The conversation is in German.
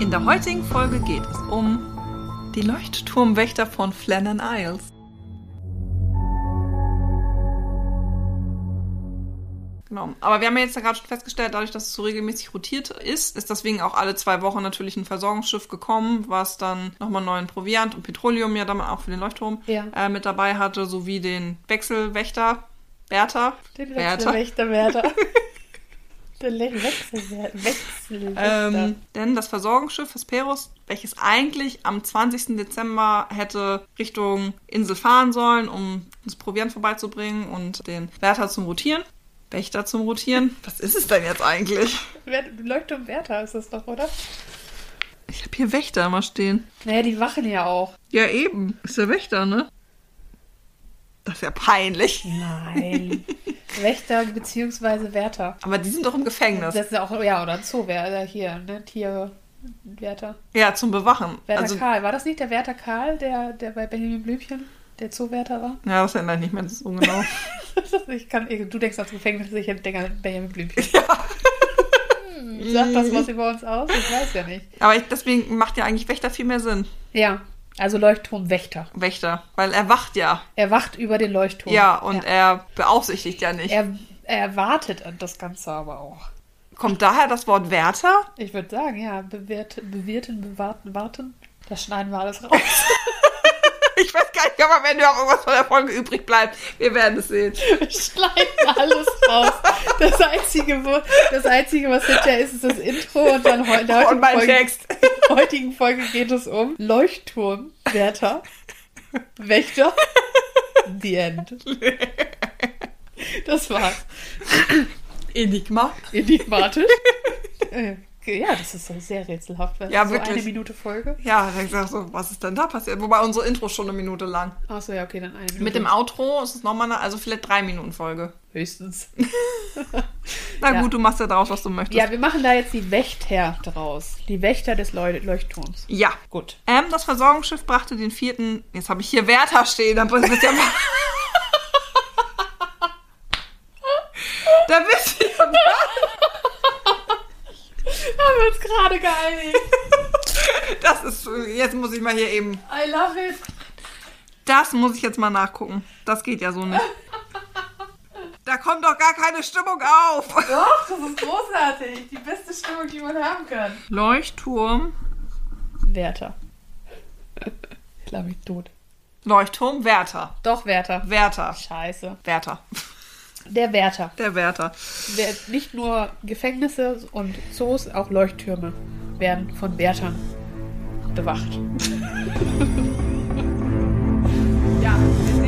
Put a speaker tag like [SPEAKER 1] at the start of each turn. [SPEAKER 1] In der heutigen Folge geht es um die Leuchtturmwächter von Flannan Isles. Genau. Aber wir haben ja jetzt ja gerade schon festgestellt, dadurch, dass es so regelmäßig rotiert ist, ist deswegen auch alle zwei Wochen natürlich ein Versorgungsschiff gekommen, was dann nochmal neuen Proviant und Petroleum ja dann auch für den Leuchtturm
[SPEAKER 2] Ja.
[SPEAKER 1] äh, mit dabei hatte, sowie den Wechselwächter Bertha.
[SPEAKER 2] Den
[SPEAKER 1] Bertha.
[SPEAKER 2] Wechselwächter Werder. Den Le- Wechselwächter. Wechselwächter.
[SPEAKER 1] Ähm, denn das Versorgungsschiff Hesperus, welches eigentlich am 20. Dezember hätte Richtung Insel fahren sollen, um das Proviant vorbeizubringen und den Wärter zum Rotieren. Wächter zum Rotieren. Was ist es denn jetzt eigentlich?
[SPEAKER 2] Wer- Leuchtturm Werther ist das doch, oder?
[SPEAKER 1] Ich habe hier Wächter immer stehen.
[SPEAKER 2] Naja, die wachen ja auch.
[SPEAKER 1] Ja, eben. Ist der Wächter, ne? Das ist ja peinlich.
[SPEAKER 2] Nein. Wächter bzw. Werther.
[SPEAKER 1] Aber die sind doch im Gefängnis.
[SPEAKER 2] Das ist ja auch, ja, oder Zoo wäre hier, ne? Tiere. Werther.
[SPEAKER 1] Ja, zum Bewachen.
[SPEAKER 2] Werther
[SPEAKER 1] Also, ja,
[SPEAKER 2] Karl. War das nicht der Werther Karl, der, der bei Benjamin Blümchen der Zoowärter war?
[SPEAKER 1] das erinnere ich nicht mehr so genau.
[SPEAKER 2] Ich kann, du denkst ans Gefängnis, ich denke an Benjamin Blümchen. Hm, Sagt das was über uns aus? Ich weiß ja nicht.
[SPEAKER 1] Aber ich, deswegen macht ja eigentlich Wächter viel mehr Sinn.
[SPEAKER 2] Ja, also Leuchtturmwächter.
[SPEAKER 1] Wächter. Weil er wacht ja.
[SPEAKER 2] Er wacht über den Leuchtturm.
[SPEAKER 1] Ja, und er beaufsichtigt ja nicht.
[SPEAKER 2] er, er wartet an das Ganze aber auch.
[SPEAKER 1] Kommt daher das Wort Wärter?
[SPEAKER 2] Ich würde sagen, ja, bewirte, bewirten, bewarten, warten. Das schneiden wir alles raus.
[SPEAKER 1] Ich weiß gar nicht, ob am Ende auch irgendwas von der Folge übrig bleibt. Wir werden es sehen.
[SPEAKER 2] Wir schneiden alles raus. Das Einzige, wo, das Einzige was hinterher ist, ist das Intro und dann heu, in der
[SPEAKER 1] Und
[SPEAKER 2] heutigen,
[SPEAKER 1] mein
[SPEAKER 2] Folge,
[SPEAKER 1] Text.
[SPEAKER 2] heutigen Folge geht es um Leuchtturmwärter, Wächter, The End. Das war's.
[SPEAKER 1] Enigma.
[SPEAKER 2] Enigmatisch. Äh, ja, das ist so sehr rätselhaft. weil
[SPEAKER 1] Ja,
[SPEAKER 2] so
[SPEAKER 1] wirklich.
[SPEAKER 2] eine Minute Folge.
[SPEAKER 1] Ja, dann gesagt so, was ist denn da passiert? Wobei unsere Intro schon eine Minute lang.
[SPEAKER 2] Achso, ja, okay, dann eine Minute.
[SPEAKER 1] Mit dem Outro ist es nochmal eine, also vielleicht drei Minuten Folge.
[SPEAKER 2] Höchstens.
[SPEAKER 1] Na
[SPEAKER 2] Ja.
[SPEAKER 1] gut, du machst ja daraus, was du möchtest.
[SPEAKER 2] Ja, wir machen da jetzt die Wächter draus. Die Wächter des Leu Leuchtturms.
[SPEAKER 1] ja.
[SPEAKER 2] Gut.
[SPEAKER 1] Ähm, das Versorgungsschiff brachte den vierten. Jetzt habe ich hier Wärter stehen. Dann bringt es ja mal. da bist du ja
[SPEAKER 2] Haben wir uns gerade geeinigt.
[SPEAKER 1] Das ist. Jetzt muss ich mal hier eben.
[SPEAKER 2] I love it.
[SPEAKER 1] Das muss ich jetzt mal nachgucken. Das geht ja so nicht. Da kommt doch gar keine Stimmung auf.
[SPEAKER 2] Doch, das ist großartig. Die beste Stimmung, die man haben kann.
[SPEAKER 1] Leuchtturm.
[SPEAKER 2] Wärter. Ich glaube, ich tot.
[SPEAKER 1] Leuchtturm, Wärter.
[SPEAKER 2] Doch, Wärter.
[SPEAKER 1] Wärter.
[SPEAKER 2] Scheiße.
[SPEAKER 1] Wärter.
[SPEAKER 2] Der Wärter.
[SPEAKER 1] Der Wärter.
[SPEAKER 2] Wer- Nicht nur Gefängnisse und Zoos, auch Leuchttürme werden von Wärtern bewacht.
[SPEAKER 1] Ja, wir sehen